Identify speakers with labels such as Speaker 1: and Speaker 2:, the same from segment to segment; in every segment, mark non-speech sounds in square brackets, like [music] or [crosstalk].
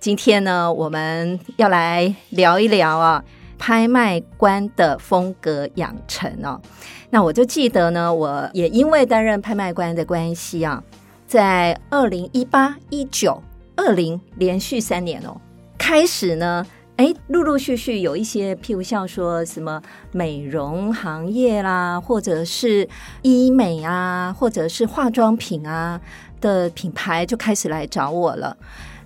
Speaker 1: 今天呢，我们要来聊一聊啊，拍卖官的风格养成哦。那我就记得呢，我也因为担任拍卖官的关系啊，在二零一八、一九、二零连续三年哦，开始呢，哎，陆陆续续有一些，譬如像说什么美容行业啦，或者是医美啊，或者是化妆品啊的品牌就开始来找我了。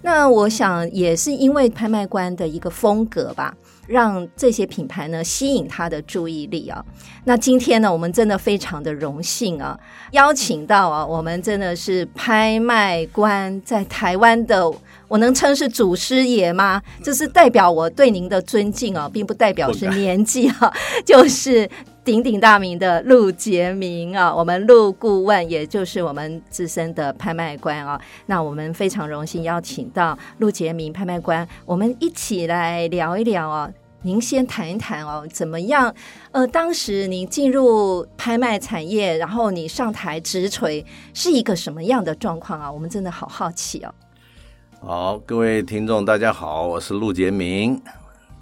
Speaker 1: 那我想也是因为拍卖官的一个风格吧，让这些品牌呢吸引他的注意力啊。那今天呢，我们真的非常的荣幸啊，邀请到啊，我们真的是拍卖官在台湾的，我能称是祖师爷吗？这是代表我对您的尊敬哦、啊，并不代表是年纪啊，就是鼎鼎大名的陆杰明啊，我们陆顾问，也就是我们资深的拍卖官啊。那我们非常荣幸邀请到陆杰明拍卖官，我们一起来聊一聊啊。您先谈一谈哦，怎么样？呃，当时您进入拍卖产业，然后你上台直锤，是一个什么样的状况啊？我们真的好好奇哦。 [laughs]
Speaker 2: 好，各位听众，大家好，我是陆杰明。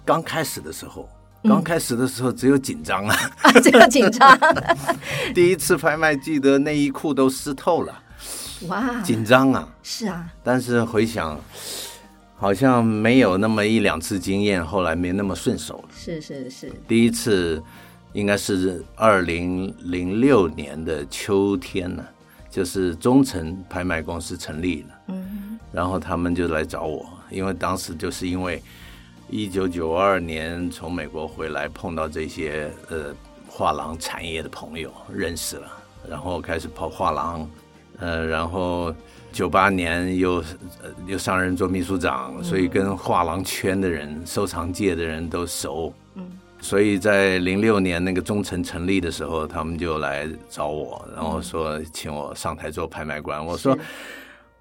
Speaker 2: 刚开始的时候，刚开始的时候只有紧张啊， [laughs]
Speaker 1: 啊，这个紧张，
Speaker 2: 第一次拍卖，记得内衣裤都湿透了，
Speaker 1: [laughs] 哇，
Speaker 2: 紧张啊。
Speaker 1: 是啊，
Speaker 2: 但是回想，好像没有那么一两次经验，后来没那么顺手了。
Speaker 1: 是是是，
Speaker 2: 第一次应该是二零零六年的秋天呢、就是中诚拍卖公司成立了。
Speaker 1: 嗯
Speaker 2: 然后他们就来找我，因为当时就是因为一九九二年从美国回来，碰到这些呃画廊产业的朋友，认识了，然后开始跑画廊，呃，然后九八年又、呃、又上任做秘书长，所以
Speaker 1: 嗯
Speaker 2: 跟画廊圈的人、收藏界的人都熟，
Speaker 1: 嗯
Speaker 2: 所以在零六年那个中诚成立的时候，他们就来找我，然
Speaker 1: 嗯
Speaker 2: 后说请我上台做拍卖官。我说，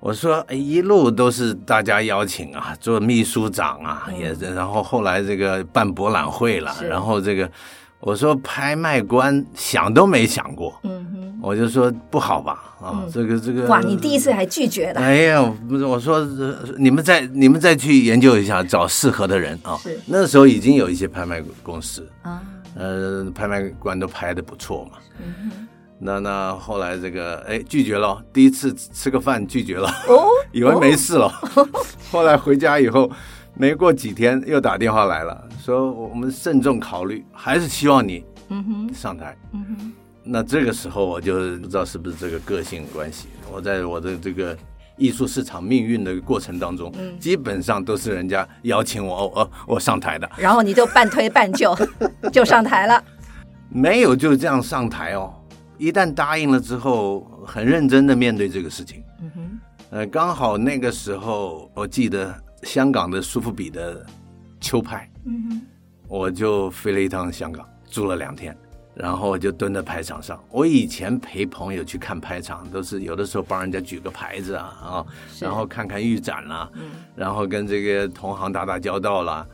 Speaker 2: 我说哎一路都是大家邀请啊，做秘书长啊，也是然后后来这个办博览会了，
Speaker 1: 嗯是
Speaker 2: 然后这个我说拍卖官想都没想过，
Speaker 1: 嗯哼，
Speaker 2: 我就说不好吧啊，这个这个
Speaker 1: 嗯哇，你第一次还拒绝了，
Speaker 2: 哎呀，不是我说，呃你们再你们再去研究一下，找适合的人啊。
Speaker 1: 是
Speaker 2: 那时候已经有一些拍卖公司，
Speaker 1: 啊，
Speaker 2: 呃，拍卖官都拍的不错嘛。
Speaker 1: 嗯哼，
Speaker 2: 那那后来这个哎拒绝了，第一次吃个饭拒绝了， [laughs]
Speaker 1: 哦
Speaker 2: 以为没事了。后来回家以后，没过几天又打电话来了，说我们慎重考虑，还是希望你
Speaker 1: 嗯哼，
Speaker 2: 上台。
Speaker 1: 嗯哼，
Speaker 2: 那这个时候我就不知道是不是这个个性关系，我在我的这个艺术市场命运的过程当中，基本上都是人家邀请我，我我我上台的，
Speaker 1: 然后你就半推半就就上台了，
Speaker 2: 没有就这样上台哦。一旦答应了之后，很认真的面对这个事情。
Speaker 1: 嗯哼，
Speaker 2: 呃，刚好那个时候，我记得香港的苏富比的秋拍，
Speaker 1: 嗯哼，
Speaker 2: 我就飞了一趟香港，住了两天，然后我就蹲在拍场上。我以前陪朋友去看拍场，都是有的时候帮人家举个牌子啊啊，
Speaker 1: 是
Speaker 2: 然后看看预展啦、
Speaker 1: 嗯
Speaker 2: 然后跟这个同行打打交道啦，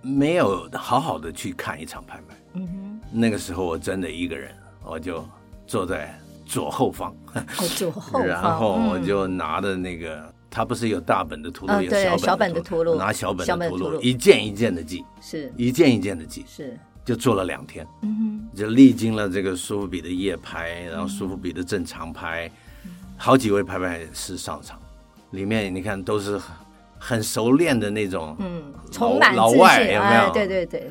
Speaker 2: 没有好好的去看一场拍卖。
Speaker 1: 嗯哼，
Speaker 2: 那个时候我真的一个人，我就坐在左后方，
Speaker 1: 哦，左后方，
Speaker 2: 然后我
Speaker 1: 嗯
Speaker 2: 就拿着那个，它不是有大本的图录，
Speaker 1: 嗯
Speaker 2: 有
Speaker 1: 对
Speaker 2: 小本
Speaker 1: 小本的图录
Speaker 2: 我拿小本
Speaker 1: 小本
Speaker 2: 的
Speaker 1: 的
Speaker 2: 图
Speaker 1: 图录
Speaker 2: 录，一件一件的记，
Speaker 1: 是
Speaker 2: 一件一件的记，
Speaker 1: 是，
Speaker 2: 就做了两天，
Speaker 1: 嗯哼，
Speaker 2: 就历经了这个苏富比的夜拍，然后苏富比的正常拍，好几位拍卖师上场，里面你看都是很很熟练的那种，
Speaker 1: 嗯，充满
Speaker 2: 老
Speaker 1: 自
Speaker 2: 外
Speaker 1: 信，
Speaker 2: 有没
Speaker 1: 哎
Speaker 2: 有
Speaker 1: 对对对。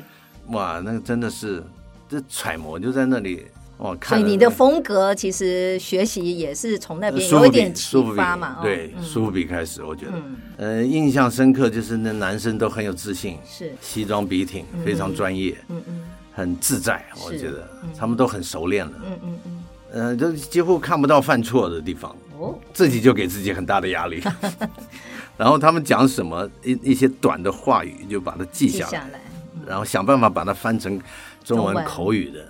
Speaker 2: 哇，那个真的是这揣摩就在那里，哇，
Speaker 1: 所
Speaker 2: 看
Speaker 1: 以
Speaker 2: 了
Speaker 1: 你
Speaker 2: 那
Speaker 1: 的风格其实学习也是从那边
Speaker 2: 苏
Speaker 1: 有
Speaker 2: 富
Speaker 1: 一
Speaker 2: 呃比
Speaker 1: 点启
Speaker 2: 苏富比
Speaker 1: 发嘛，哦
Speaker 2: 对，
Speaker 1: 嗯
Speaker 2: 苏富比开始，我觉得，
Speaker 1: 嗯
Speaker 2: 呃，印象深刻就是那男生都很有自信，
Speaker 1: 是，
Speaker 2: 西装笔挺，非常专业，
Speaker 1: 嗯嗯
Speaker 2: 很自在，我
Speaker 1: 是
Speaker 2: 觉得他们都很熟练了，
Speaker 1: 嗯嗯嗯，
Speaker 2: 呃，就几乎看不到犯错的地方，
Speaker 1: 哦， [laughs]
Speaker 2: 自己就给自己很大的压力。 [laughs] 然后他们讲什么一一些短的话语，就把它记
Speaker 1: 记
Speaker 2: 下来，
Speaker 1: 下来，
Speaker 2: 然后想办法把它翻成中
Speaker 1: 中文嗯
Speaker 2: 文口语的。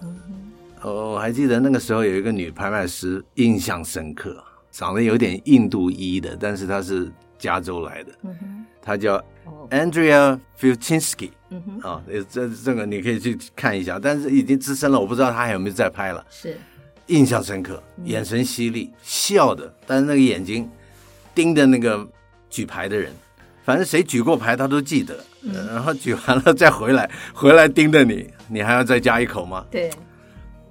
Speaker 2: 哦，我还记得那个时候有一个女拍卖师，印象深刻，长得有点印度裔的，但是她是加州来的，
Speaker 1: 嗯哼，
Speaker 2: 她叫
Speaker 1: 哦，
Speaker 2: Andrea Futinsky
Speaker 1: 嗯哼，
Speaker 2: 啊、呃这这个你可以去看一下，但是已经资深了，我不知道她还有没有在拍了。
Speaker 1: 是
Speaker 2: 印象深刻，
Speaker 1: 嗯
Speaker 2: 眼神犀利，笑的，但是那个眼睛盯着那个举牌的人，反正谁举过牌他都记得，
Speaker 1: 嗯
Speaker 2: 呃然后举完了再回来，回来盯着你，你还要再加一口吗？
Speaker 1: 对，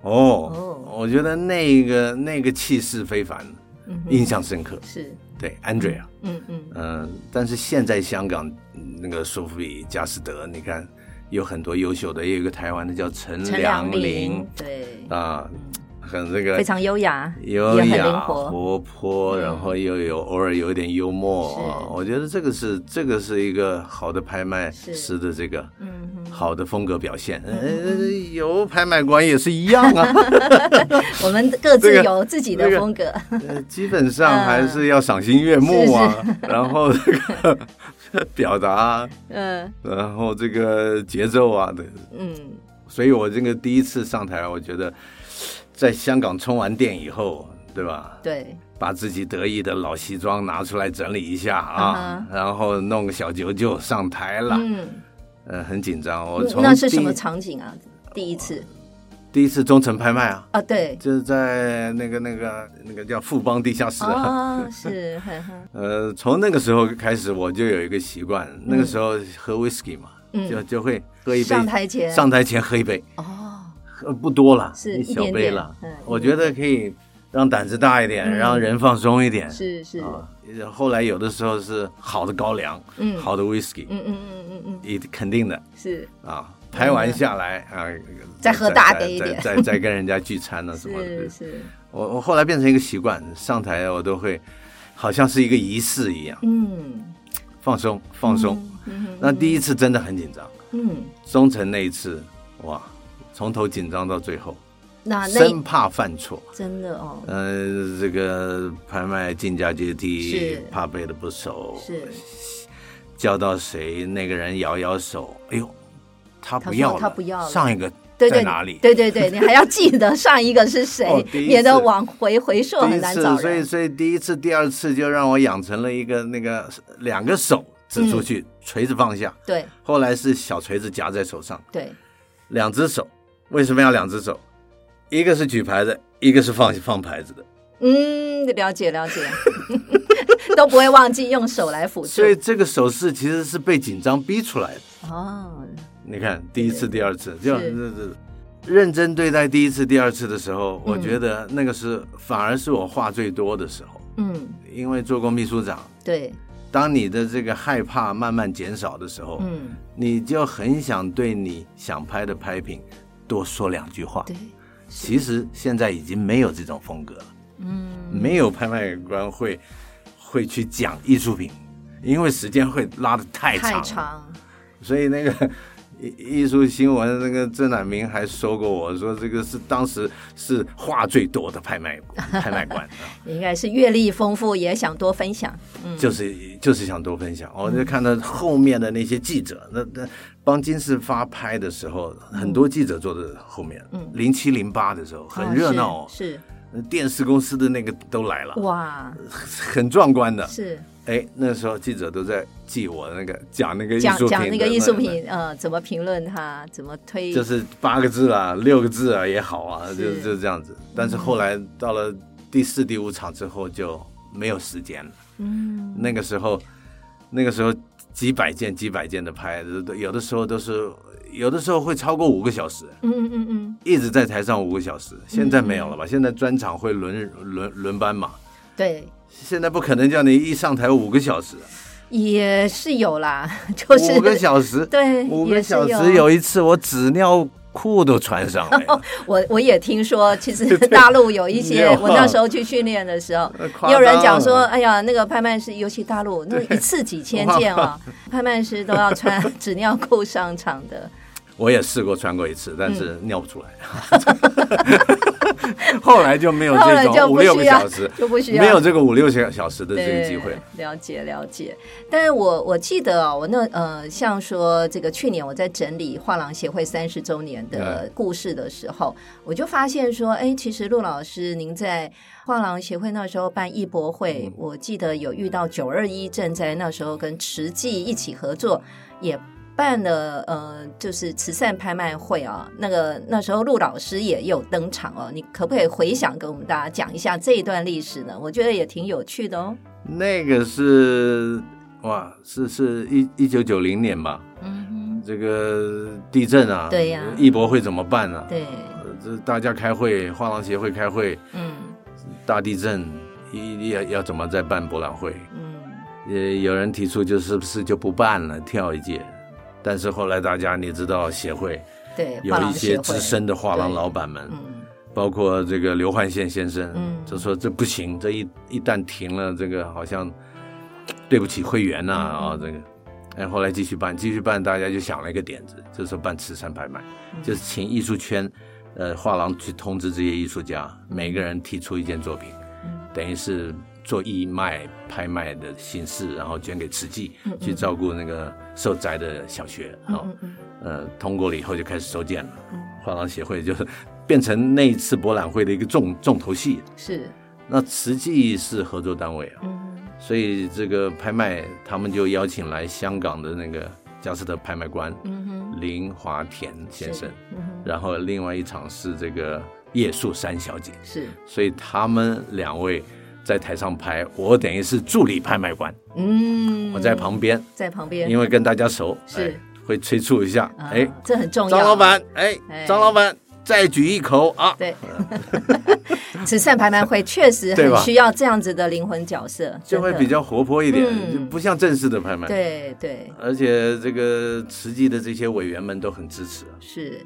Speaker 2: 哦，
Speaker 1: 哦
Speaker 2: 我觉得那个那个气势非凡，
Speaker 1: 嗯哼，
Speaker 2: 印象深刻。
Speaker 1: 是，
Speaker 2: 对，Andrea，
Speaker 1: 嗯嗯，
Speaker 2: 嗯、但是现在香港嗯那个苏富比、佳士得，你看有很多优秀的，也有一个台湾的叫陈
Speaker 1: 陈
Speaker 2: 良
Speaker 1: 林
Speaker 2: 林，
Speaker 1: 对，
Speaker 2: 啊，很这个
Speaker 1: 非常优雅，
Speaker 2: 优
Speaker 1: 也很灵
Speaker 2: 雅哦
Speaker 1: 活，嗯
Speaker 2: 活泼，然后又有偶尔有一点幽默啊，
Speaker 1: 是
Speaker 2: 我觉得这个是这个是一个好的拍卖
Speaker 1: 是
Speaker 2: 师的这个
Speaker 1: 嗯哼，
Speaker 2: 好的风格
Speaker 1: [laughs]
Speaker 2: 表现。呃，有拍卖官也是一样啊，
Speaker 1: 我们各
Speaker 2: 这
Speaker 1: 自
Speaker 2: 个
Speaker 1: 有自己的
Speaker 2: 这个
Speaker 1: 风
Speaker 2: [laughs]
Speaker 1: 格，
Speaker 2: 呃基本上还是要赏心悦目啊，然后这个表达啊，
Speaker 1: 嗯
Speaker 2: 然后这个节奏啊的，
Speaker 1: 嗯，
Speaker 2: 所以我这个第一次上台，我觉得在香港充完电以后，对吧？
Speaker 1: 对，
Speaker 2: 把自己得意的老西装拿出来整理一下啊然后弄个小九九上台了。嗯、
Speaker 1: 嗯，
Speaker 2: 呃，很紧张。我从
Speaker 1: 那是
Speaker 2: 第
Speaker 1: 什么场景啊？第一次
Speaker 2: 第一次中诚拍卖啊，
Speaker 1: 啊，对，
Speaker 2: 就是在那个那个那个叫富邦地 [laughs] 下室、啊。
Speaker 1: 啊，是，哼哼
Speaker 2: 呃，从那个时候开始，我就有一个习惯，那个时候喝 whisky 嘛，
Speaker 1: 嗯
Speaker 2: 就就会喝一杯，
Speaker 1: 上台前
Speaker 2: 上台前喝一杯，
Speaker 1: 哦，
Speaker 2: 喝不多了，
Speaker 1: 是
Speaker 2: 一小
Speaker 1: 一点
Speaker 2: 杯
Speaker 1: 点
Speaker 2: 了。
Speaker 1: 嗯
Speaker 2: 我觉得可以让胆子大一点，让人放松一点。
Speaker 1: 是是，
Speaker 2: 啊，后来有的时候是好的高粱，
Speaker 1: 嗯
Speaker 2: 好的 whisky，
Speaker 1: 嗯嗯嗯嗯嗯，
Speaker 2: 一肯定的
Speaker 1: 是
Speaker 2: 啊。拍完下来啊，
Speaker 1: 再喝大的一点
Speaker 2: 再再再跟人家聚餐啊呢、什么
Speaker 1: 是
Speaker 2: 的。
Speaker 1: 是，
Speaker 2: 我我后来变成一个习惯，上台我都会，好像是一个仪式一样，
Speaker 1: 嗯
Speaker 2: 放松放松。
Speaker 1: 嗯
Speaker 2: 那第一次真的很紧张，
Speaker 1: 嗯，
Speaker 2: 中诚那一次，哇，从头紧张到最后，
Speaker 1: 那啊那
Speaker 2: 生怕犯错。
Speaker 1: 真的哦，
Speaker 2: 呃，这个拍卖竞价阶梯
Speaker 1: 是，
Speaker 2: 怕背的不熟，
Speaker 1: 是
Speaker 2: 叫到谁，那个人摇摇手，哎呦，他
Speaker 1: 他
Speaker 2: 不
Speaker 1: 说
Speaker 2: 要了，
Speaker 1: 他不要了
Speaker 2: 上一个
Speaker 1: 对
Speaker 2: 在
Speaker 1: 对，
Speaker 2: 哪里？
Speaker 1: 对对对，你还要记得上一个是
Speaker 2: 哦
Speaker 1: 谁，
Speaker 2: 第一
Speaker 1: 免得
Speaker 2: 次
Speaker 1: 往回回溯
Speaker 2: 第
Speaker 1: 很
Speaker 2: 一
Speaker 1: 难找
Speaker 2: 次，所以
Speaker 1: 人。
Speaker 2: 所以第一次、第二次就让我养成了一个那个两个手指出
Speaker 1: 嗯
Speaker 2: 去，锤子放下，
Speaker 1: 对
Speaker 2: 后来是小锤子夹在手上，
Speaker 1: 对，
Speaker 2: 两只手，为什么要两只手？一个是举牌的，一个是放放牌子的，
Speaker 1: 嗯，了解了解， [laughs] 都不会忘记用手来辅助
Speaker 2: 所。以这个手势其实是被紧张逼出来的。
Speaker 1: 哦，
Speaker 2: 你看第一次、第二次，就是这这认真对待第一次、第二次的时候，
Speaker 1: 嗯
Speaker 2: 我觉得那个是反而是我话最多的时候，
Speaker 1: 嗯，
Speaker 2: 因为做过秘书长，
Speaker 1: 对，
Speaker 2: 当你的这个害怕慢慢减少的时候，
Speaker 1: 嗯，
Speaker 2: 你就很想对你想拍的拍品多说两句话。
Speaker 1: 对，
Speaker 2: 其实现在已经没有这种风格了，
Speaker 1: 嗯，
Speaker 2: 没有拍卖官会会去讲艺术品，因为时间会拉得太长
Speaker 1: 太
Speaker 2: 了。
Speaker 1: 长，
Speaker 2: 所以那个 [laughs] 艺艺术新闻那个郑乃明还说过我说这个是当时是话最多的拍卖 [laughs] 拍
Speaker 1: [laughs]
Speaker 2: 卖官，
Speaker 1: 应该是阅历丰富，也想多分享。
Speaker 2: 就是就是想多分享。我就看到后面的那些记者，那那帮金士发拍的时候，很多记者坐在后面，零七零八的时候
Speaker 1: 啊
Speaker 2: 很热
Speaker 1: 是
Speaker 2: 闹哦，
Speaker 1: 嗯
Speaker 2: 啊
Speaker 1: 是哦
Speaker 2: 电视公司的那个都来了，
Speaker 1: 哇，
Speaker 2: 很壮观的。
Speaker 1: 是
Speaker 2: 哎，那时候记者都在记我那个讲那个艺
Speaker 1: 讲
Speaker 2: 术品
Speaker 1: 讲那个
Speaker 2: 的
Speaker 1: 艺术
Speaker 2: 那
Speaker 1: 品，呃，怎么评论它，怎么推，
Speaker 2: 就是八个字啊，六个字啊也好啊，
Speaker 1: 是
Speaker 2: 就是就是这样子。但是后来到了第四、第五场之后就没有时间了。
Speaker 1: 嗯，
Speaker 2: 那个时候，那个时候几百件、几百件的拍，有的时候都是，有的时候会超过五个小时，
Speaker 1: 嗯嗯嗯，
Speaker 2: 一直在台上五个小时。现在没有了吧？现在专场会轮轮轮班嘛。
Speaker 1: 对，
Speaker 2: 现在不可能叫你一上台五个小时，
Speaker 1: 也是有啦， [laughs] 就是
Speaker 2: 五个小时，
Speaker 1: [laughs] 对
Speaker 2: 五
Speaker 1: 也
Speaker 2: 个
Speaker 1: 是
Speaker 2: 小时
Speaker 1: 有
Speaker 2: 有一次我纸尿裤都穿上来了。
Speaker 1: 我我也听说，其
Speaker 2: [laughs]
Speaker 1: 实大陆有一些，
Speaker 2: 有
Speaker 1: 我那时候去训练的时候
Speaker 2: 呃夸，张
Speaker 1: 也有人讲说，哎呀，那个拍卖师，尤其大哦 [laughs] 陆那一次几千件啊，拍卖师都要穿纸尿裤上场的，
Speaker 2: 我也试过穿过一
Speaker 1: 嗯
Speaker 2: 次，但是尿不出来， [laughs] 后来就没有
Speaker 1: 后来
Speaker 2: 这
Speaker 1: 就
Speaker 2: 种五
Speaker 1: 不
Speaker 2: 六个
Speaker 1: 需要
Speaker 2: 小时，，
Speaker 1: 就不需要，
Speaker 2: 没有这个五六个小时的这个
Speaker 1: 对，
Speaker 2: 机会。
Speaker 1: 了解了解，但是我我记得哦，我那呃，像说这个去年我在整理画廊协会三十周年
Speaker 2: 嗯
Speaker 1: 的故事的时候，我就发现说，哎，其实陆老师您在画廊协会那时候办艺博会，
Speaker 2: 嗯
Speaker 1: 我记得有遇到九二一正在那时候跟慈济一起合作，也。办了呃，就是慈善拍卖会啊，那个那时候陆老师也有登场哦，你可不可以回想给我们大家讲一下这一段历史呢？我觉得也挺有趣的哦。
Speaker 2: 那个是哇，是是一一九九零年吧？
Speaker 1: 嗯
Speaker 2: 这个地震啊，
Speaker 1: 对呀
Speaker 2: 艺博会怎么办呢、
Speaker 1: 哼，对，
Speaker 2: 呃这大家开会，画廊协会开会，
Speaker 1: 嗯
Speaker 2: 大地震，一要要怎么再办博览会？
Speaker 1: 嗯，
Speaker 2: 呃，有人提出就是不是就不办了，跳一届。但是后来大家你知道协会
Speaker 1: 对，
Speaker 2: 有
Speaker 1: 画廊
Speaker 2: 一些
Speaker 1: 协会
Speaker 2: 资，深的画廊
Speaker 1: 对
Speaker 2: 老板们，
Speaker 1: 嗯
Speaker 2: 包括这个刘焕宪先生，
Speaker 1: 嗯
Speaker 2: 就说这不行，这一一旦停了，这个好像对不起会员呐
Speaker 1: 嗯
Speaker 2: 啊、这个。哎，后来继续办，继续办，大家就想了一个点子，就是办慈善拍卖，
Speaker 1: 嗯
Speaker 2: 就是请艺术圈，呃，画廊去通知这些艺术家，每个人提出一件作品，
Speaker 1: 嗯
Speaker 2: 等于是做义卖拍卖的形式，然后捐给慈济，去照顾那个受灾的小学啊、
Speaker 1: 嗯嗯
Speaker 2: 呃，通过了以后就开始收件了。画廊协会就是变成那一次博览会的一个重重头戏。
Speaker 1: 是，
Speaker 2: 那慈济是合作单位啊，
Speaker 1: 嗯
Speaker 2: 所以这个拍卖他们就邀请来香港的那个佳士得拍卖官
Speaker 1: 嗯哼，
Speaker 2: 林华田先生，
Speaker 1: 嗯哼，
Speaker 2: 然后另外一场是这个叶素珊小姐，
Speaker 1: 是，
Speaker 2: 所以他们两位在台上拍，我等于是助理拍卖官，
Speaker 1: 嗯，
Speaker 2: 我在旁边，
Speaker 1: 在旁边，
Speaker 2: 因为跟大家熟，
Speaker 1: 是
Speaker 2: 哎会催促一下，
Speaker 1: 啊
Speaker 2: 哎，
Speaker 1: 这很重要，
Speaker 2: 张老，板，哎
Speaker 1: 哎，
Speaker 2: 张老板，再举一口啊！
Speaker 1: 对，慈善拍卖会确实
Speaker 2: 对
Speaker 1: 很
Speaker 2: 吧
Speaker 1: 需要这样子的灵魂角色，
Speaker 2: 就会比
Speaker 1: 较，
Speaker 2: 较活泼一点，
Speaker 1: 嗯
Speaker 2: 就不像正式的拍卖。，
Speaker 1: 对对
Speaker 2: 而且这个慈济的这些委员们都很支持。啊
Speaker 1: 是。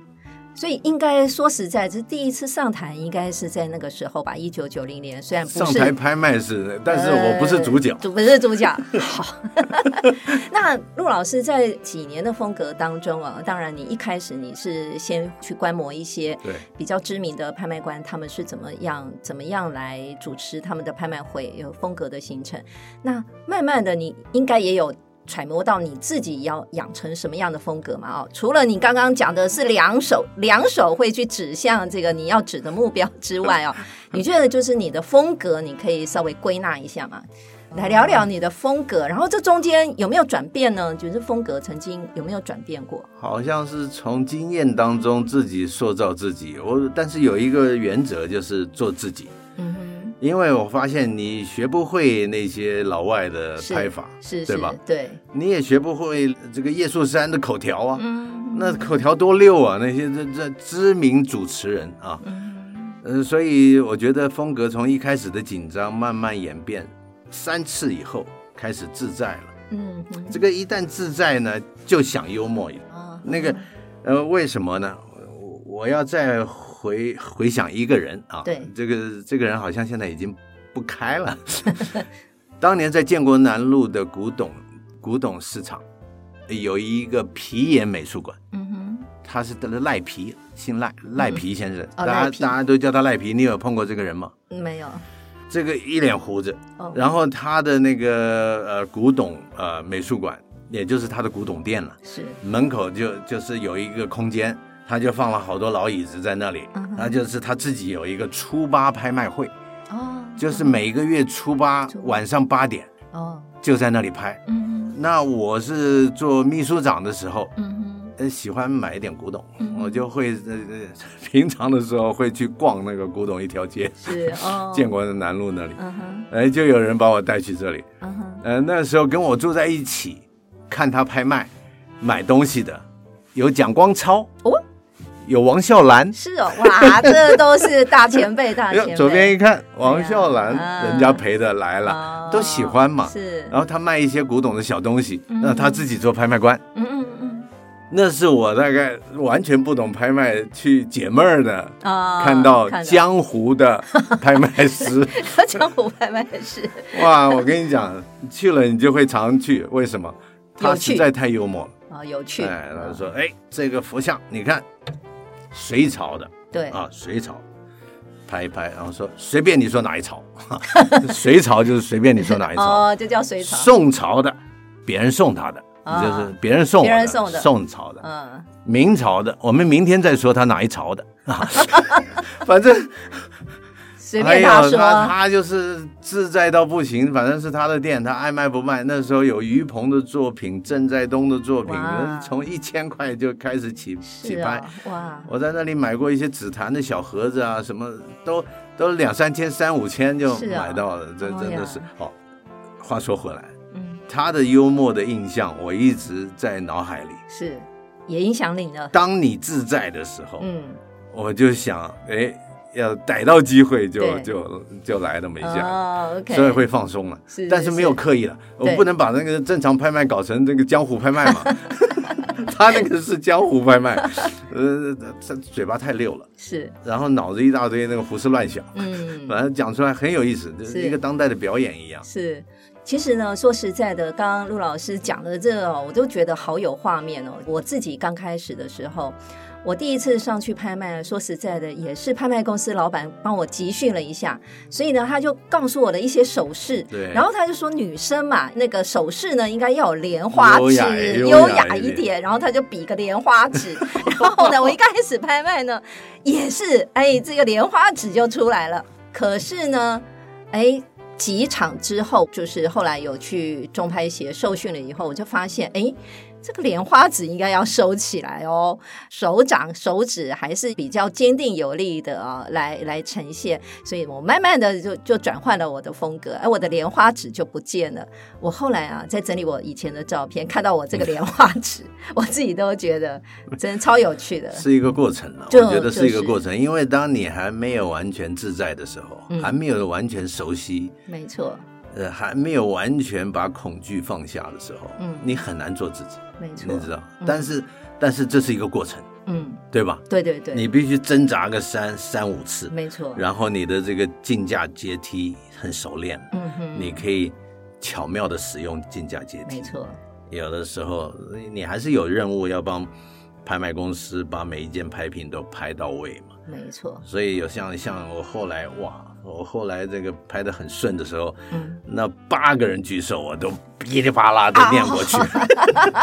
Speaker 1: 所以应该说实在，这第一次上台应该是在那个时候吧，一九九零年。虽然不
Speaker 2: 上
Speaker 1: 是
Speaker 2: 台拍卖是，但是我不是主角
Speaker 1: 呃。主不是主角。好， [laughs] 那陆老师在几年的风格当中啊，当然你一开始你是先去观摩一些
Speaker 2: 对，
Speaker 1: 比较知名的拍卖官，他们是怎么样怎么样来主持他们的拍卖会，有风格的形成。那慢慢的，你应该也有。揣摩到你自己要养成什么样的风格嘛？哦，除了你刚刚讲的是两手两手会去指向这个你要指的目标之外哦，你觉得就是你的风格，你可以稍微归纳一下嘛？来聊聊你的风格，然后这中间有没有转变呢？就是风格曾经有没有转变过？
Speaker 2: 好像是从经验当中自己塑造自己。我但是有一个原则，就是做自己。
Speaker 1: 嗯哼，
Speaker 2: 因为我发现你学不会那些老外的
Speaker 1: 是
Speaker 2: 拍法，
Speaker 1: 是是
Speaker 2: 对吧？
Speaker 1: 对，
Speaker 2: 你也学不会这个叶素山的口条啊。
Speaker 1: 嗯
Speaker 2: 那口条多溜啊！那些这 [laughs] 这知名主持人啊，
Speaker 1: 嗯
Speaker 2: 嗯、所以我觉得风格从一开始的紧张慢慢演变，三次以后开始自在了。
Speaker 1: 嗯
Speaker 2: 这个一旦自在呢，就想幽默。
Speaker 1: 啊
Speaker 2: 那个，呃，为什么呢？我我要再回回想一个人啊，
Speaker 1: 对
Speaker 2: 这个这个人好像现在已经不
Speaker 1: [laughs]
Speaker 2: 开了。当年在建国南路的古董古董市场，有一个皮眼美术馆。
Speaker 1: 嗯哼，
Speaker 2: 他是赖皮，姓赖，赖皮先生，
Speaker 1: 哦
Speaker 2: 大
Speaker 1: 赖皮
Speaker 2: 家大家都叫他赖皮。你有碰过这个人吗？
Speaker 1: 没有，
Speaker 2: 这个一脸胡子，
Speaker 1: 哦
Speaker 2: 然后他的那个呃古董呃美术馆，也就是他的古董店了，
Speaker 1: 是，
Speaker 2: 门口就就是有一个空间，他就放了好多老椅子在那里
Speaker 1: 嗯哼，
Speaker 2: 然后就是他自己有一个初八拍卖会，
Speaker 1: 哦，
Speaker 2: 就是每个月初八
Speaker 1: 初八
Speaker 2: 晚上八点
Speaker 1: 哦，
Speaker 2: 就在那里拍。
Speaker 1: 嗯
Speaker 2: 那我是做秘书长的时候，
Speaker 1: 哼，嗯哼，
Speaker 2: 呃，喜欢买一点古董，
Speaker 1: 嗯
Speaker 2: 我就会呃呃， [laughs] 平常的时候会去逛那个古董一条街，
Speaker 1: 是
Speaker 2: [laughs]
Speaker 1: 哦，
Speaker 2: 建，国南路那里，
Speaker 1: 嗯哼，
Speaker 2: 哎，就有人把我带去这里。
Speaker 1: 嗯哼，
Speaker 2: 呃，那时候跟我住在一起，看他拍卖、买东西的，有蒋光超，
Speaker 1: 哦，
Speaker 2: 有王孝兰。
Speaker 1: 是哦，哇， [laughs] 这都是大前辈，大
Speaker 2: 哎
Speaker 1: 前辈，
Speaker 2: 呦左边一看，王孝
Speaker 1: 啊
Speaker 2: 兰，人家陪的来
Speaker 1: 哦
Speaker 2: 了，都喜欢嘛。
Speaker 1: 是，
Speaker 2: 然后他卖一些古董的小东西，
Speaker 1: 嗯
Speaker 2: 那他自己做拍卖官。
Speaker 1: 嗯嗯嗯
Speaker 2: 那是我大概完全不懂拍卖去解闷儿的，
Speaker 1: 嗯，啊，
Speaker 2: 看到江湖的拍卖师，
Speaker 1: [laughs] 江湖拍卖是，
Speaker 2: 哇！我跟你讲，去了你就会常去，为什么？
Speaker 1: 有
Speaker 2: 他
Speaker 1: 趣
Speaker 2: 实在太幽默了，
Speaker 1: 好哦有趣。
Speaker 2: 哎，他说：“哎，这个佛像，你看，隋朝的
Speaker 1: 对，
Speaker 2: 啊，隋朝。”拍一拍，然后说：“随便你说哪一朝， [laughs] 隋朝就是随便你说哪一朝。
Speaker 1: 哦，就叫隋朝。
Speaker 2: 宋朝的，别人送他的，
Speaker 1: 啊
Speaker 2: 就是别人送我
Speaker 1: 别人送的
Speaker 2: 的，宋朝的。
Speaker 1: 嗯，
Speaker 2: 明朝的，我们明天再说他哪一朝的 [laughs]
Speaker 1: [laughs]
Speaker 2: 啊。反正
Speaker 1: 随便他说。
Speaker 2: 哎呦他他就是自在到不行，反正是他的店，他爱卖不卖。那时候有于鹏的作品，郑在东的作品
Speaker 1: 哇，
Speaker 2: 从一千块就开始起起
Speaker 1: 是
Speaker 2: 拍
Speaker 1: 啊。，哇，
Speaker 2: 我在那里买过一些紫檀的小盒子啊，什么都都两三千、三五千就是
Speaker 1: 啊
Speaker 2: 买到了，这
Speaker 1: 哦
Speaker 2: 真
Speaker 1: 呀
Speaker 2: 的是哦。话说回来，
Speaker 1: 嗯，
Speaker 2: 他的幽默的印象我一直在脑海里。
Speaker 1: 是也影响你了。
Speaker 2: 当你自在的时候，
Speaker 1: 嗯，
Speaker 2: 我就想，哎，要逮到机会就
Speaker 1: 对
Speaker 2: 就就来那么一下，
Speaker 1: 哦，OK，
Speaker 2: 所以会放松了
Speaker 1: 是。
Speaker 2: 但是没有刻意了，我
Speaker 1: 对
Speaker 2: 不能把那个正常拍卖搞成那个江湖拍卖
Speaker 1: [laughs]
Speaker 2: 嘛。他那个是江湖拍卖，呃，他嘴巴太溜了，
Speaker 1: 是，
Speaker 2: 然后脑子一大堆那个胡思乱想，
Speaker 1: 嗯，
Speaker 2: 反正讲出来很有意思，就是
Speaker 1: 是
Speaker 2: 一个当代的表演一样。
Speaker 1: [laughs] 是。其实呢，说实在的，刚刚陆老师讲的这个哦，我都觉得好有画面哦。我自己刚开始的时候，我第一次上去拍卖，说实在的，也是拍卖公司老板帮我集训了一下，所以呢，他就告诉我的一些手势。
Speaker 2: 对
Speaker 1: 然后他就说，女生嘛，那个手势呢，应该要有莲花
Speaker 2: 优
Speaker 1: 指
Speaker 2: 雅，优
Speaker 1: 优
Speaker 2: 雅
Speaker 1: 一
Speaker 2: 一点
Speaker 1: 点。然后他就比个莲花指。
Speaker 2: [laughs]
Speaker 1: 然后呢，我一开始拍卖呢，也是，哎，这个莲花指就出来了。可是呢，哎，几场之后，就是后来有去中拍协受训了以后，我就发现，哎，这个莲花指应该要收起来哦，手掌、手指还是比较坚定有力的啊、来来呈现。所以我慢慢的就就转换了我的风格，哎，我的莲花指就不见了。我后来啊，在整理我以前的照片，看到我这个莲花指， [laughs] 我自己都觉得真的超有趣的。
Speaker 2: 是一个过程了，我
Speaker 1: 就
Speaker 2: 觉得是一
Speaker 1: 就是
Speaker 2: 个过程，因为当你还没有完全自在的时候，
Speaker 1: 嗯
Speaker 2: 还没有完全熟悉
Speaker 1: 没错，
Speaker 2: 呃，还没有完全把恐惧放下的时候，
Speaker 1: 嗯
Speaker 2: 你很难做自己，
Speaker 1: 没错
Speaker 2: 你，知道。但是，但是这是一个过程，
Speaker 1: 嗯，
Speaker 2: 对吧？
Speaker 1: 对对对，
Speaker 2: 你必须挣扎个三三五次，
Speaker 1: 没错，
Speaker 2: 然后你的这个竞价阶梯很熟练，
Speaker 1: 嗯哼，
Speaker 2: 你可以巧妙的使用竞价阶
Speaker 1: 没
Speaker 2: 梯。
Speaker 1: 错，
Speaker 2: 有的时候，你还是有任务要帮拍卖公司把每一件拍品都拍到位嘛。
Speaker 1: 没错，
Speaker 2: 所以有像像我后来哇，我后来这个拍的很顺的时候，
Speaker 1: 嗯，
Speaker 2: 那八个人举手，我都噼里啪啦的
Speaker 1: 啊
Speaker 2: 念
Speaker 1: [laughs]
Speaker 2: 过去。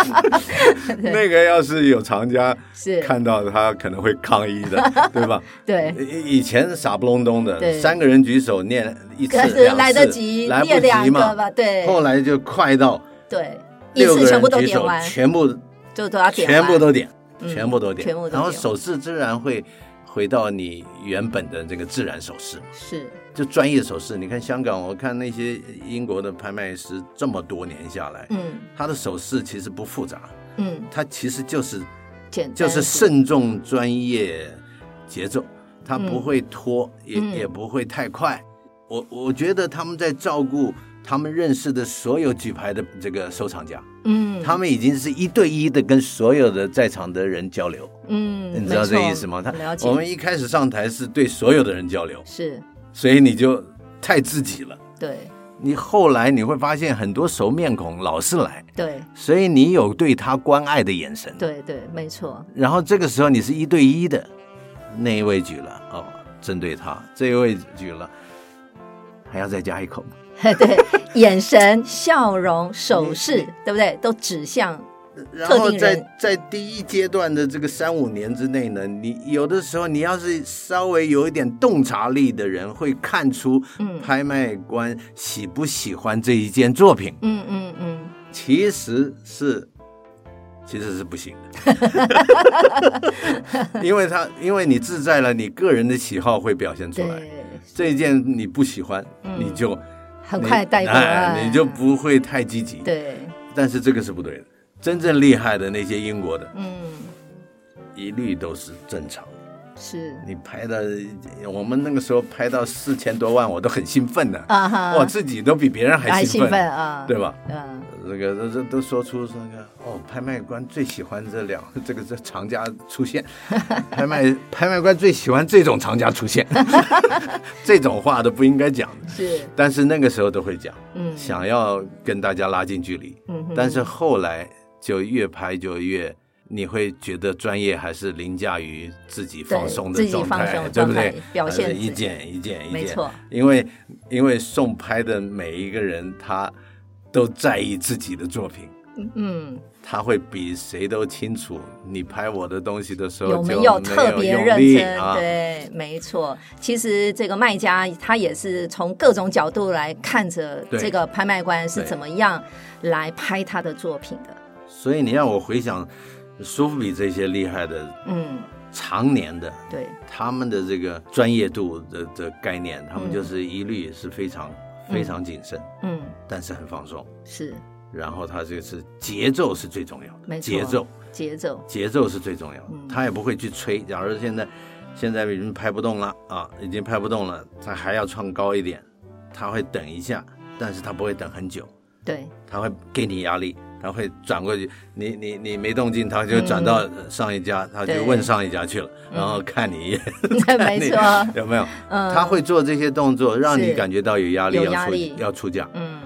Speaker 2: [laughs] 那个要是有藏家
Speaker 1: 是，
Speaker 2: 看到，他可能会抗议的，对吧？
Speaker 1: 对，
Speaker 2: 以以前傻不隆咚的
Speaker 1: 对，
Speaker 2: 三个人举手念一次
Speaker 1: 可，是
Speaker 2: 两次
Speaker 1: 来得及
Speaker 2: 来
Speaker 1: 念
Speaker 2: 不
Speaker 1: 两
Speaker 2: 及
Speaker 1: 个
Speaker 2: 嘛。
Speaker 1: 吧？对，
Speaker 2: 后来就快到
Speaker 1: 对，一
Speaker 2: 六个
Speaker 1: 次全
Speaker 2: 人
Speaker 1: 部都
Speaker 2: 举
Speaker 1: 点
Speaker 2: 手
Speaker 1: 完，，
Speaker 2: 全部
Speaker 1: 就都要点完，
Speaker 2: 全部都点，
Speaker 1: 嗯
Speaker 2: 全部都点，
Speaker 1: 全部都点
Speaker 2: 然后手势自然会回到你原本的这个自然手势。
Speaker 1: 是，
Speaker 2: 就专业手势，你看香港，我看那些英国的拍卖师这么多年下来，
Speaker 1: 嗯
Speaker 2: 他的手势其实不复杂，
Speaker 1: 嗯，
Speaker 2: 他其实就是
Speaker 1: 简单
Speaker 2: 就是慎重、专业、节奏，他
Speaker 1: 嗯
Speaker 2: 不会拖，
Speaker 1: 嗯
Speaker 2: 也也不会太快。我我觉得他们在照顾他们认识的所有举牌的这个收藏家，
Speaker 1: 嗯，
Speaker 2: 他们已经是一对一的跟所有的在场的人交流，
Speaker 1: 嗯，
Speaker 2: 你知道
Speaker 1: 没
Speaker 2: 这
Speaker 1: 错
Speaker 2: 意思吗？他
Speaker 1: 了解，
Speaker 2: 我们一开始上台是对所有的人交流，
Speaker 1: 是
Speaker 2: 所以你就太自己了。
Speaker 1: 对
Speaker 2: 你后来你会发现很多熟面孔老是来，
Speaker 1: 对
Speaker 2: 所以你有对他关爱的眼神。
Speaker 1: 对对，没错， [laughs]
Speaker 2: 然后这个时候你是一对一的，那一位举了哦，针对他，这一位举了，还要再加一口吗
Speaker 1: 对，眼神、笑容、手
Speaker 2: 嗯
Speaker 1: 势，对不对？都指向，
Speaker 2: 然后
Speaker 1: 特定人
Speaker 2: 在在第一阶段的这个三五年之内呢，你有的时候你要是稍微有一点洞察力的人，会看出
Speaker 1: 嗯
Speaker 2: 拍卖官喜不喜欢这一件作品，
Speaker 1: 嗯嗯嗯，
Speaker 2: 其实是其实是不行
Speaker 1: [laughs]
Speaker 2: 的，因为他因为你自在了，你个人的喜好会表现出来。
Speaker 1: 对，
Speaker 2: 这一件你不喜欢，
Speaker 1: 嗯
Speaker 2: 你就
Speaker 1: 很快带
Speaker 2: 你
Speaker 1: 过
Speaker 2: 哎
Speaker 1: 来，
Speaker 2: 你就不会太积极。
Speaker 1: 对，
Speaker 2: 但是这个是不对的。真正厉害的那些英国的，
Speaker 1: 嗯，
Speaker 2: 一律都是正常的。
Speaker 1: 是
Speaker 2: 你拍到我们那个时候拍到四千多万，我都很兴奋的、
Speaker 1: 啊哈，
Speaker 2: 我自己都比别人还
Speaker 1: 还
Speaker 2: 兴奋，
Speaker 1: 奋啊，
Speaker 2: 对吧？
Speaker 1: 嗯，
Speaker 2: 这个这这都说出这个哦，拍卖官最喜欢这两 [laughs] 这个这藏家
Speaker 1: [laughs]
Speaker 2: 出现，拍卖拍卖官最喜欢这种藏家出现， [laughs] 这种话都不应该讲的，
Speaker 1: 是，
Speaker 2: 但是那个时候都会讲，
Speaker 1: 嗯，
Speaker 2: 想要跟大家拉近距离，
Speaker 1: 嗯哼
Speaker 2: 但是后来就越拍就越。你会觉得专业还是凌驾于自己放松的
Speaker 1: 自己
Speaker 2: 状
Speaker 1: 放
Speaker 2: 态，
Speaker 1: 松
Speaker 2: 对不
Speaker 1: 状态
Speaker 2: 对？
Speaker 1: 表现
Speaker 2: 还是
Speaker 1: 自
Speaker 2: 一
Speaker 1: 己
Speaker 2: 件一件一件，
Speaker 1: 没错。
Speaker 2: 因为因为送拍的每一个人，他都在意自己的作品，
Speaker 1: 嗯，
Speaker 2: 他会比谁都清楚，你拍我的东西的时候
Speaker 1: 有
Speaker 2: 就
Speaker 1: 没
Speaker 2: 没
Speaker 1: 有特别认
Speaker 2: 用力
Speaker 1: 真？
Speaker 2: 啊、
Speaker 1: 对，没错。其实这个卖家他也是从各种角度来看着
Speaker 2: 对
Speaker 1: 这个拍卖官是
Speaker 2: 对
Speaker 1: 怎么样来拍他的作品的。
Speaker 2: 所以你让我回想，苏富比这些厉害的，
Speaker 1: 嗯，
Speaker 2: 常年的
Speaker 1: 对，
Speaker 2: 他们的这个专业度的的概念，他们
Speaker 1: 嗯
Speaker 2: 就是一律是非常、
Speaker 1: 嗯
Speaker 2: 非常谨慎，
Speaker 1: 嗯，
Speaker 2: 但是很放松。
Speaker 1: 是
Speaker 2: 然后他就是节奏是最重要
Speaker 1: 没
Speaker 2: 的，
Speaker 1: 错
Speaker 2: 节奏
Speaker 1: 节奏，
Speaker 2: 节奏是最重要的，
Speaker 1: 嗯
Speaker 2: 他也不会去吹。假如现在现在已经拍不动了啊，已经拍不动了，他还要创高一点，他会等一下，但是他不会等很久， [laughs]
Speaker 1: 对， [laughs]
Speaker 2: 他会给你压力，他会转过去，你你你没动静，他就转到上一家，他
Speaker 1: 嗯对嗯
Speaker 2: 就问上一家去了，然后看你一眼，
Speaker 1: [laughs] 没错，
Speaker 2: [laughs] 有没有？
Speaker 1: 嗯，
Speaker 2: 他会做这些动作，让你
Speaker 1: 是
Speaker 2: 感觉到有压力，
Speaker 1: 有
Speaker 2: 要
Speaker 1: 压
Speaker 2: 出
Speaker 1: 力
Speaker 2: 要出价，
Speaker 1: 嗯，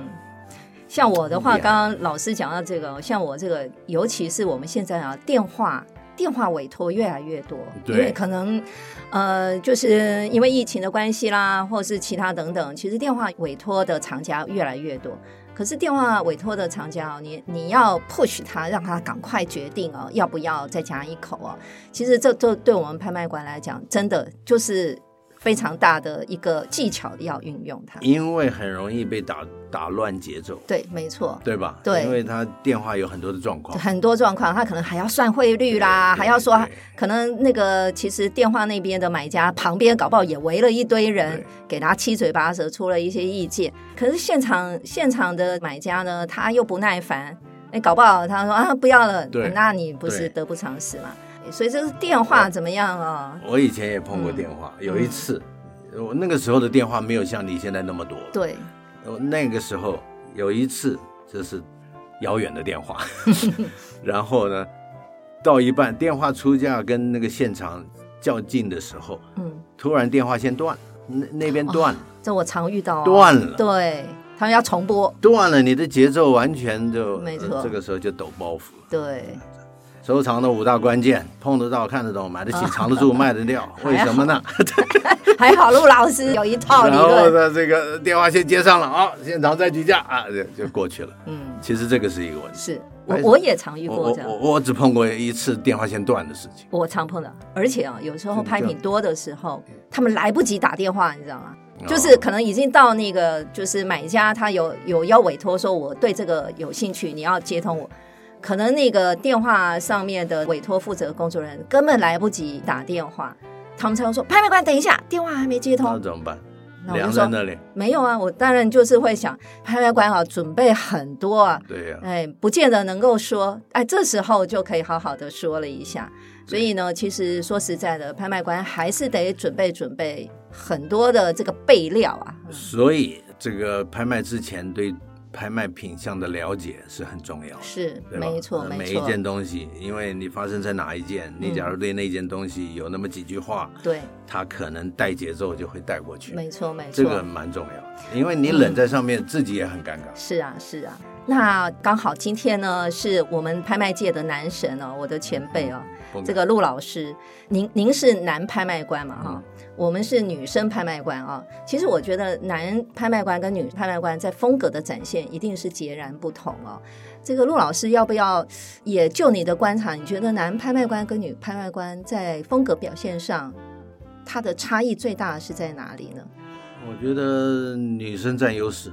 Speaker 1: 像我的话，
Speaker 2: 厉害
Speaker 1: 刚刚老师讲到这个，像我这个，尤其是我们现在啊，电话电话委托越来越多，因
Speaker 2: 对
Speaker 1: 为可能呃，就是因为疫情的关系啦，或是其他等等，其实电话委托的厂家越来越多。可是电话委托的厂家哦，你你要 push 他，让他赶快决定哦，要不要再加一口哦。其实这这对我们拍卖官来讲，真的就是非常大的一个技巧要运用它。
Speaker 2: 因为很容易被打打乱节奏。
Speaker 1: 对，没错。
Speaker 2: 对吧？
Speaker 1: 对
Speaker 2: 因为他电话有很多的状况，
Speaker 1: 很多状况，他可能还要算汇率啦，
Speaker 2: 哦对
Speaker 1: 还要说
Speaker 2: 对，
Speaker 1: 可能那个其实电话那边的买家旁边搞不好也围了一堆人
Speaker 2: 对，
Speaker 1: 给他七嘴八舌出了一些意见。可是现场现场的买家呢，他又不耐烦，哎，搞不好他说啊不要了，
Speaker 2: 对
Speaker 1: 那你不是
Speaker 2: 对
Speaker 1: 得不偿失嘛？哎所以这是电话怎么样啊、
Speaker 2: 我以前也碰过电话，
Speaker 1: 嗯
Speaker 2: 有一次，我那个时候的电话没有像你现在那么多。
Speaker 1: 对，
Speaker 2: 我那个时候有一次，就是遥远的
Speaker 1: [laughs]
Speaker 2: 电话，然后呢，到一半电话出价跟那个现场较劲的时候，
Speaker 1: 嗯，
Speaker 2: 突然电话线断，那那边断了，
Speaker 1: 这我常遇到、啊，
Speaker 2: 断了
Speaker 1: 对他们要重播，
Speaker 2: 断了，你的节奏完全就，
Speaker 1: 没
Speaker 2: 呃
Speaker 1: 错
Speaker 2: 这个时候就抖包袱了。
Speaker 1: 对，
Speaker 2: 收藏的五大关键，碰得到、看得懂、买得起、藏得住、卖
Speaker 1: [laughs]
Speaker 2: 得掉，为什么呢？
Speaker 1: 哎还好陆老师有一套
Speaker 2: [laughs]
Speaker 1: 理
Speaker 2: 然后
Speaker 1: 论，
Speaker 2: 呢，这个电话先接上了啊，现场再举价啊，就就过去了。
Speaker 1: 嗯。
Speaker 2: 其实这个是一个问题。
Speaker 1: 是我
Speaker 2: 哎
Speaker 1: 我也常遇
Speaker 2: 我
Speaker 1: 过
Speaker 2: 我
Speaker 1: 这样，
Speaker 2: 我我只碰过一次电话线断的事情，
Speaker 1: 我常碰到，而且啊，有时候
Speaker 2: 真的
Speaker 1: 拍品多的时候，他们来不及打电话，你知道吗？
Speaker 2: 嗯哦
Speaker 1: 就是可能已经到那个，就是买家他有有要委托说我对这个有兴趣，你要接通我。可能那个电话上面的委托负责工作人员根本来不及打电话，他们才会说拍卖官等一下，电话还没接
Speaker 2: 那
Speaker 1: 通。
Speaker 2: 怎么办？
Speaker 1: 那我就
Speaker 2: 凉在
Speaker 1: 说
Speaker 2: 那里，
Speaker 1: 没有啊，我当然就是会想拍卖官啊，准备很多啊，
Speaker 2: 对呀、
Speaker 1: 哎，不见得能够说，哎，这时候就可以好好的说了一下。所以呢，其实说实在的，拍卖官还是得准备准备很多的这个备料啊。
Speaker 2: 所以这个拍卖之前对拍卖品相的了解是很重要的。
Speaker 1: 是，
Speaker 2: 对吧
Speaker 1: 没错，
Speaker 2: 呃
Speaker 1: 没
Speaker 2: 每一
Speaker 1: 错，嗯
Speaker 2: 件东西，因为你发生在哪一件，你假如对那件东西有那么几句话，
Speaker 1: 对，
Speaker 2: 它可能带节奏就会带过去。
Speaker 1: 没错，没错。
Speaker 2: 这个蛮重要的，因为你冷在上面，自己也很尴尬。
Speaker 1: 是啊，是啊。那刚好今天呢，是我们拍卖界的男神哦，我的前辈哦，
Speaker 2: 不敢
Speaker 1: 这个陆老师，您您是男拍卖官嘛哈、
Speaker 2: 嗯
Speaker 1: 我们是女生拍卖官啊。其实我觉得男拍卖官跟女拍卖官在风格的展现一定是截然不同哦。这个陆老师要不要也就你的观察，你觉得男拍卖官跟女拍卖官在风格表现上，它的差异最大的是在哪里呢？
Speaker 2: 我觉得女生占优势，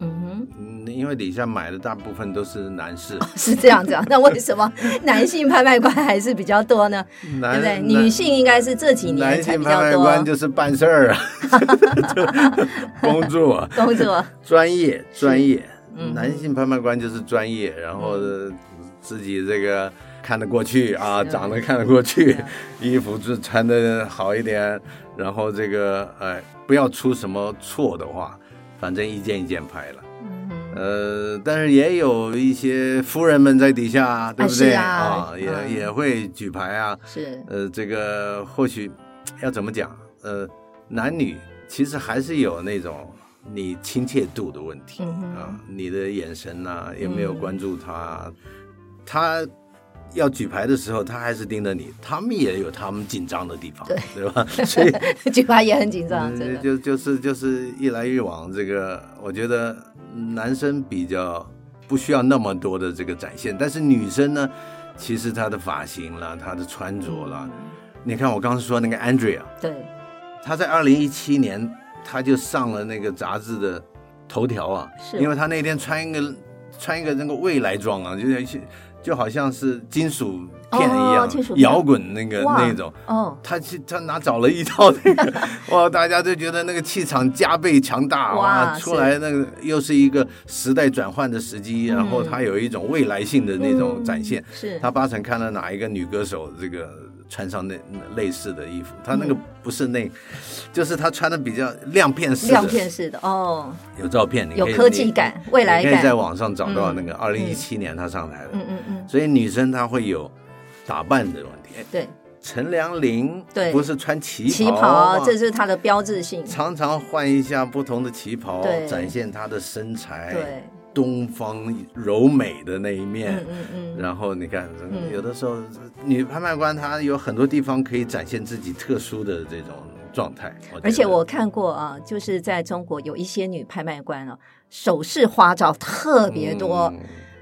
Speaker 1: 嗯哼。
Speaker 2: 嗯，因为底下买的大部分都是
Speaker 1: [laughs]
Speaker 2: 男士，
Speaker 1: 是这样子啊？那为什么男性拍卖官还是比较多呢？对
Speaker 2: 男
Speaker 1: 不对？女性应该是这几年
Speaker 2: 男
Speaker 1: 才
Speaker 2: 性
Speaker 1: 比
Speaker 2: 拍
Speaker 1: 较
Speaker 2: 卖
Speaker 1: 多
Speaker 2: 官就是办事儿啊， [laughs]
Speaker 1: [laughs]
Speaker 2: 工作啊
Speaker 1: 工作，
Speaker 2: 专业专业，
Speaker 1: 嗯
Speaker 2: 男性拍卖官就是专业，然后呃自己这个看得过去啊，
Speaker 1: 是
Speaker 2: 长得看得
Speaker 1: [laughs]
Speaker 2: 过去
Speaker 1: 是，
Speaker 2: 衣服就穿的好一点，然后这个哎不要出什么错的话，反正一件一件拍了。
Speaker 1: 嗯哼
Speaker 2: 呃，但是也有一些夫人们在底下，对不
Speaker 1: 是
Speaker 2: 对
Speaker 1: 啊
Speaker 2: 也、
Speaker 1: 嗯
Speaker 2: 也会举牌啊。
Speaker 1: 是
Speaker 2: 呃，这个或许要怎么讲？呃，男女其实还是有那种你亲切度的问题、
Speaker 1: 嗯哼嗯
Speaker 2: 啊，你的眼神呐、有没有关注他？他要举牌的时候，他还是盯着你，他们也有他们紧张的地方，对吧？ [laughs] 所以
Speaker 1: [laughs] 举牌也很紧张，啊真
Speaker 2: 嗯，
Speaker 1: 的。
Speaker 2: 就就是就是一来一往，这个我觉得男生比较不需要那么多的这个展现，但是女生呢，其实她的发型啦，她的穿着
Speaker 1: 嗯
Speaker 2: 啦，你看我刚刚说那个 Andrea，
Speaker 1: 对，
Speaker 2: 她在二零一七年她就上了那个杂志的头条啊，
Speaker 1: 是
Speaker 2: 因为她那天穿一个穿一个那个未来装啊，就像就好像是金属片一样，
Speaker 1: 哦金属片
Speaker 2: 摇滚那个
Speaker 1: 哇
Speaker 2: 那种。
Speaker 1: 哦，
Speaker 2: 他去他哪找了一套那个，哇，大家都觉得那个气场加倍强大
Speaker 1: 哇
Speaker 2: 哇，
Speaker 1: 是
Speaker 2: 出来那个又是一个时代转换的时机，然
Speaker 1: 嗯
Speaker 2: 后他有一种未来性的那种展现。
Speaker 1: 是
Speaker 2: 他八成看了哪一个女歌手这个穿上那那类似的衣服，他那个
Speaker 1: 嗯
Speaker 2: 不是那，就是他穿的比较亮片式的，
Speaker 1: 亮片式的哦，
Speaker 2: 有照片，你
Speaker 1: 有
Speaker 2: 可以
Speaker 1: 科技感、未来
Speaker 2: 你可以在
Speaker 1: 感。
Speaker 2: 网上找到那个二零一七年他上台的，
Speaker 1: 嗯嗯嗯，
Speaker 2: 所以女生她会有打扮的问题。
Speaker 1: 对，
Speaker 2: 陈良林
Speaker 1: 对
Speaker 2: 不是穿旗袍
Speaker 1: 旗
Speaker 2: 吗
Speaker 1: 袍啊这是它的标志性。
Speaker 2: 常常换一下不同的旗袍
Speaker 1: 对，
Speaker 2: 展现她的身材，
Speaker 1: 对，
Speaker 2: 东方柔美的那一面
Speaker 1: 嗯。嗯嗯，
Speaker 2: 然后你看，有的时候女拍卖官她有很多地方可以展现自己特殊的这种状态。觉得
Speaker 1: 而且我看过啊，就是在中国有一些女拍卖官啊，首饰花招特别多。
Speaker 2: 嗯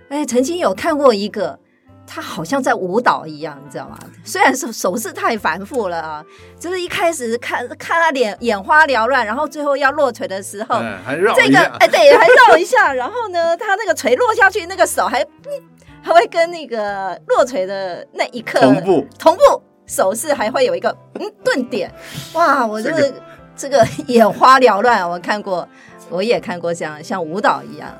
Speaker 1: 哎，曾经有看过一个，她好像在舞蹈一样，你知道吗？虽然手手势太繁复了啊，就是一开始看看她脸眼花缭乱，然后最后要落腿的时候，
Speaker 2: 哎还绕
Speaker 1: 这
Speaker 2: 一
Speaker 1: 个
Speaker 2: 下
Speaker 1: 哎对，还绕一下，然后呢，她那个锤落下去，那个手还嗯还会跟那个落锤的那一
Speaker 2: [laughs]
Speaker 1: 刻
Speaker 2: 同步
Speaker 1: 同步，手势还会有一个嗯顿点，哇，我这个、这个眼花缭乱，我看过，我也看过像像舞蹈一样，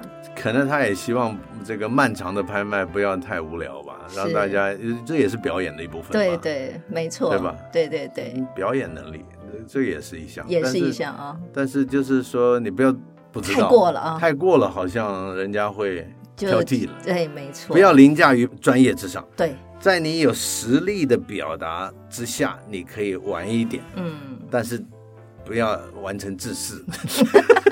Speaker 2: 可能她也希望这个漫长的拍卖不要太无聊吧，让
Speaker 1: 是
Speaker 2: 大家呃这也是表演的一部分。
Speaker 1: 对。对，没错，
Speaker 2: 对吧
Speaker 1: 对对对，
Speaker 2: 嗯表演能力，呃这也是一项，
Speaker 1: 也
Speaker 2: 但
Speaker 1: 是一项啊，
Speaker 2: 但是就是说，你不要不知道
Speaker 1: 太过了啊
Speaker 2: 太过了，好像人家会
Speaker 1: 就
Speaker 2: 挑剔了。
Speaker 1: 对，没错，
Speaker 2: 不要凌驾于专业之上，
Speaker 1: 对，
Speaker 2: 在你有实力的表达之下，你可以玩一点，
Speaker 1: 嗯，
Speaker 2: 但是不要完成自私。 [laughs]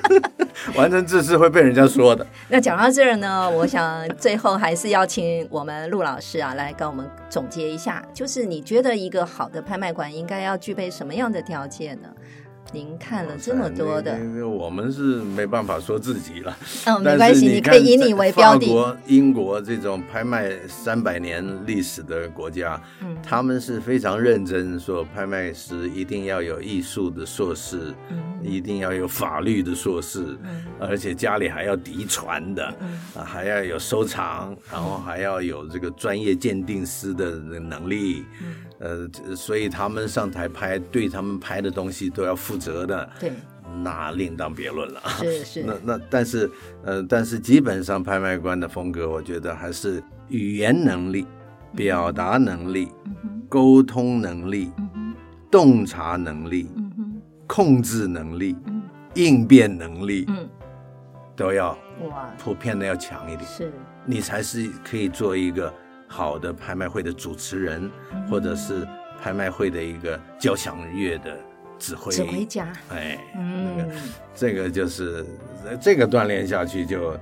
Speaker 2: 完成自私会被人家说的。
Speaker 1: 那讲到这儿呢，我想 [laughs] 最后还是要请我们陆老师啊，来跟我们总结一下，就是你觉得一个好的拍卖馆应该要具备什么样的条件呢？您看了这么多的，
Speaker 2: 那个我们是没办法说自己了。
Speaker 1: 嗯，没
Speaker 2: 但
Speaker 1: 关
Speaker 2: 是
Speaker 1: 系，
Speaker 2: 你
Speaker 1: 你可以以
Speaker 2: 看
Speaker 1: 你为
Speaker 2: 在
Speaker 1: 标的
Speaker 2: 法，国、英国这种拍卖三百年历史的国家，
Speaker 1: 嗯
Speaker 2: 他们是非常认真，说拍卖师一定要有艺术的硕士，
Speaker 1: 嗯
Speaker 2: 一定要有法律的硕士，而且家里还要嫡传的、
Speaker 1: 嗯
Speaker 2: 啊，还要有收藏，然后还要有这个专业鉴定师的能力。呃，这所以他们上台拍，对他们拍的东西都要负责的，
Speaker 1: 对，
Speaker 2: 那另当别论了。
Speaker 1: 是是，
Speaker 2: 那那但是呃，但是基本上拍卖官的风格，我觉得还是语言能力、表达能力、
Speaker 1: 嗯哼，
Speaker 2: 沟通能力、
Speaker 1: 嗯哼，
Speaker 2: 洞察能力、
Speaker 1: 嗯哼，
Speaker 2: 控制能力、
Speaker 1: 嗯
Speaker 2: 应变能力
Speaker 1: 嗯，
Speaker 2: 都要
Speaker 1: 哇，
Speaker 2: 普遍的要强一点，
Speaker 1: 是，
Speaker 2: 你才是可以做一个好的拍卖会的主持人，
Speaker 1: 嗯
Speaker 2: 或者是拍卖会的一个交响乐的指挥。
Speaker 1: 指挥家，
Speaker 2: 哎，那
Speaker 1: 嗯
Speaker 2: 个，这个就是呃这个锻炼下去就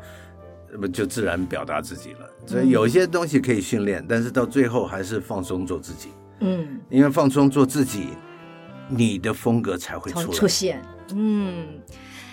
Speaker 2: 不就自然表达自己了。所以有些东西可以训练，但是到最后还是放松做自己，
Speaker 1: 嗯，
Speaker 2: 因为放松做自己，你的风格才会
Speaker 1: 从
Speaker 2: 出
Speaker 1: 出
Speaker 2: 来。
Speaker 1: 现。嗯，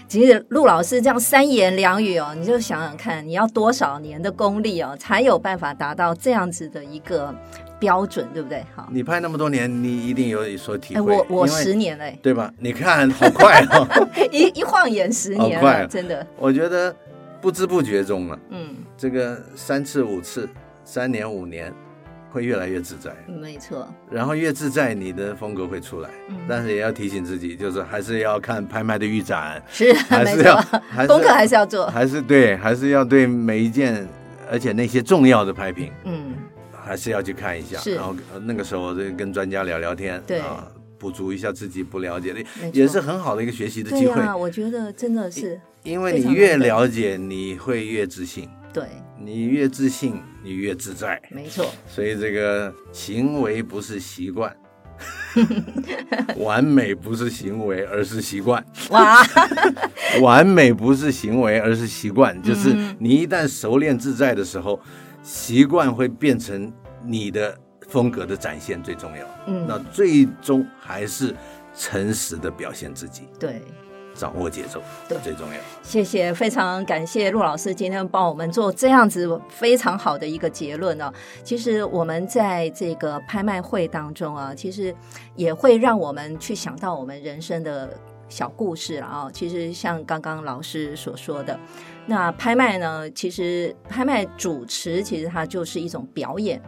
Speaker 1: 其实陆老师这样三言两语哦，你就想想看，你要多少年的功力哦，才有办法达到这样子的一个标准，对不对？好，
Speaker 2: 你拍那么多年，你一定有所体
Speaker 1: 哎，
Speaker 2: 会。
Speaker 1: 我我
Speaker 2: 因为
Speaker 1: 十年嘞，
Speaker 2: 对吧？你看好快哦！ [laughs]
Speaker 1: 一一晃眼十年
Speaker 2: 好快
Speaker 1: 了，
Speaker 2: 啊
Speaker 1: 真的，
Speaker 2: 我觉得不知不觉中了，
Speaker 1: 嗯，
Speaker 2: 这个三次五次，三年五年，会越来越自在。
Speaker 1: 没错，
Speaker 2: 然后越自在，你的风格会出来。
Speaker 1: 嗯
Speaker 2: 但是也要提醒自己，就是还是要看拍卖的预展，
Speaker 1: 是啊
Speaker 2: 还
Speaker 1: [laughs] 没
Speaker 2: 是要
Speaker 1: 错， [laughs]
Speaker 2: 还是
Speaker 1: 功课还是要做，
Speaker 2: 还是对，还是要对每一件，而且那些重要的拍品，
Speaker 1: 嗯，
Speaker 2: 还是要去看一下。
Speaker 1: 是
Speaker 2: 然后呃那个时候就跟专家聊聊天，
Speaker 1: 对
Speaker 2: 啊，补足一下自己不了解的
Speaker 1: 没，错
Speaker 2: 也是很好的一个学习的
Speaker 1: 对
Speaker 2: 机会。
Speaker 1: 呀、我觉得真的是
Speaker 2: 因为
Speaker 1: 非
Speaker 2: 你
Speaker 1: 常
Speaker 2: 越
Speaker 1: 难得
Speaker 2: 了解，你会越自信，
Speaker 1: 对，
Speaker 2: 你越自信，你越自在。
Speaker 1: 没错，
Speaker 2: 所以这个行为不是习惯， [laughs] 完美不是行为，而是习惯。 [laughs]
Speaker 1: 哇，嗯
Speaker 2: 完美不是行为，而是习惯。就是你一旦熟练自在的时候，习惯会变成你的风格的展现最重要。
Speaker 1: 嗯
Speaker 2: 那最终还是诚实的表现自己，
Speaker 1: 对，
Speaker 2: 掌握节奏
Speaker 1: 对
Speaker 2: 最重要。
Speaker 1: 谢谢，非常感谢陆老师今天帮我们做这样子非常好的一个结论呢、其实我们在这个拍卖会当中啊，其实也会让我们去想到我们人生的小故事了啊。其实像刚刚老师所说的，那拍卖呢，其实拍卖主持其实它就是一种表演，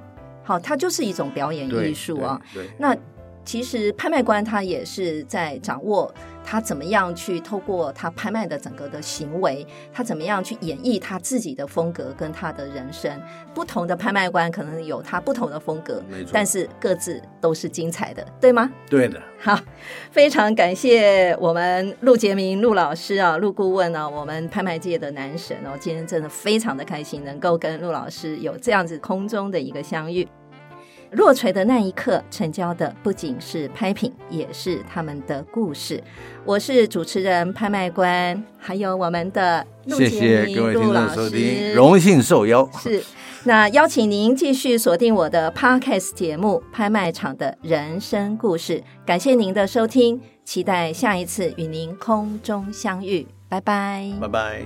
Speaker 1: 好，它就是一种表演艺术啊。，
Speaker 2: 对，对
Speaker 1: 那其实拍卖官他也是在掌握他怎么样去透过他拍卖的整个的行为，他怎么样去演绎他自己的风格跟他的人生。不同的拍卖官可能有他不同的风格
Speaker 2: 没错，
Speaker 1: 但是各自都是精彩的，对吗？
Speaker 2: 对的。
Speaker 1: 好，非常感谢我们陆杰明陆老师啊，陆顾问啊，我们拍卖界的男神哦，今天真的非常的开心，能够跟陆老师有这样子空中的一个相遇。落锤的那一刻，成交的不仅是拍品，也是他们的故事。我是主持人、拍卖官，还有我们的陆
Speaker 2: 谢
Speaker 1: 杰
Speaker 2: 谢
Speaker 1: 明
Speaker 2: 各位
Speaker 1: 陆
Speaker 2: 听
Speaker 1: 老
Speaker 2: 众收
Speaker 1: 师
Speaker 2: 听，，荣幸受邀。
Speaker 1: 是，那邀请您继续锁定我的 Podcast 节目《拍卖场的人生故事》，感谢您的收听，期待下一次与您空中相遇，拜拜
Speaker 2: 拜拜。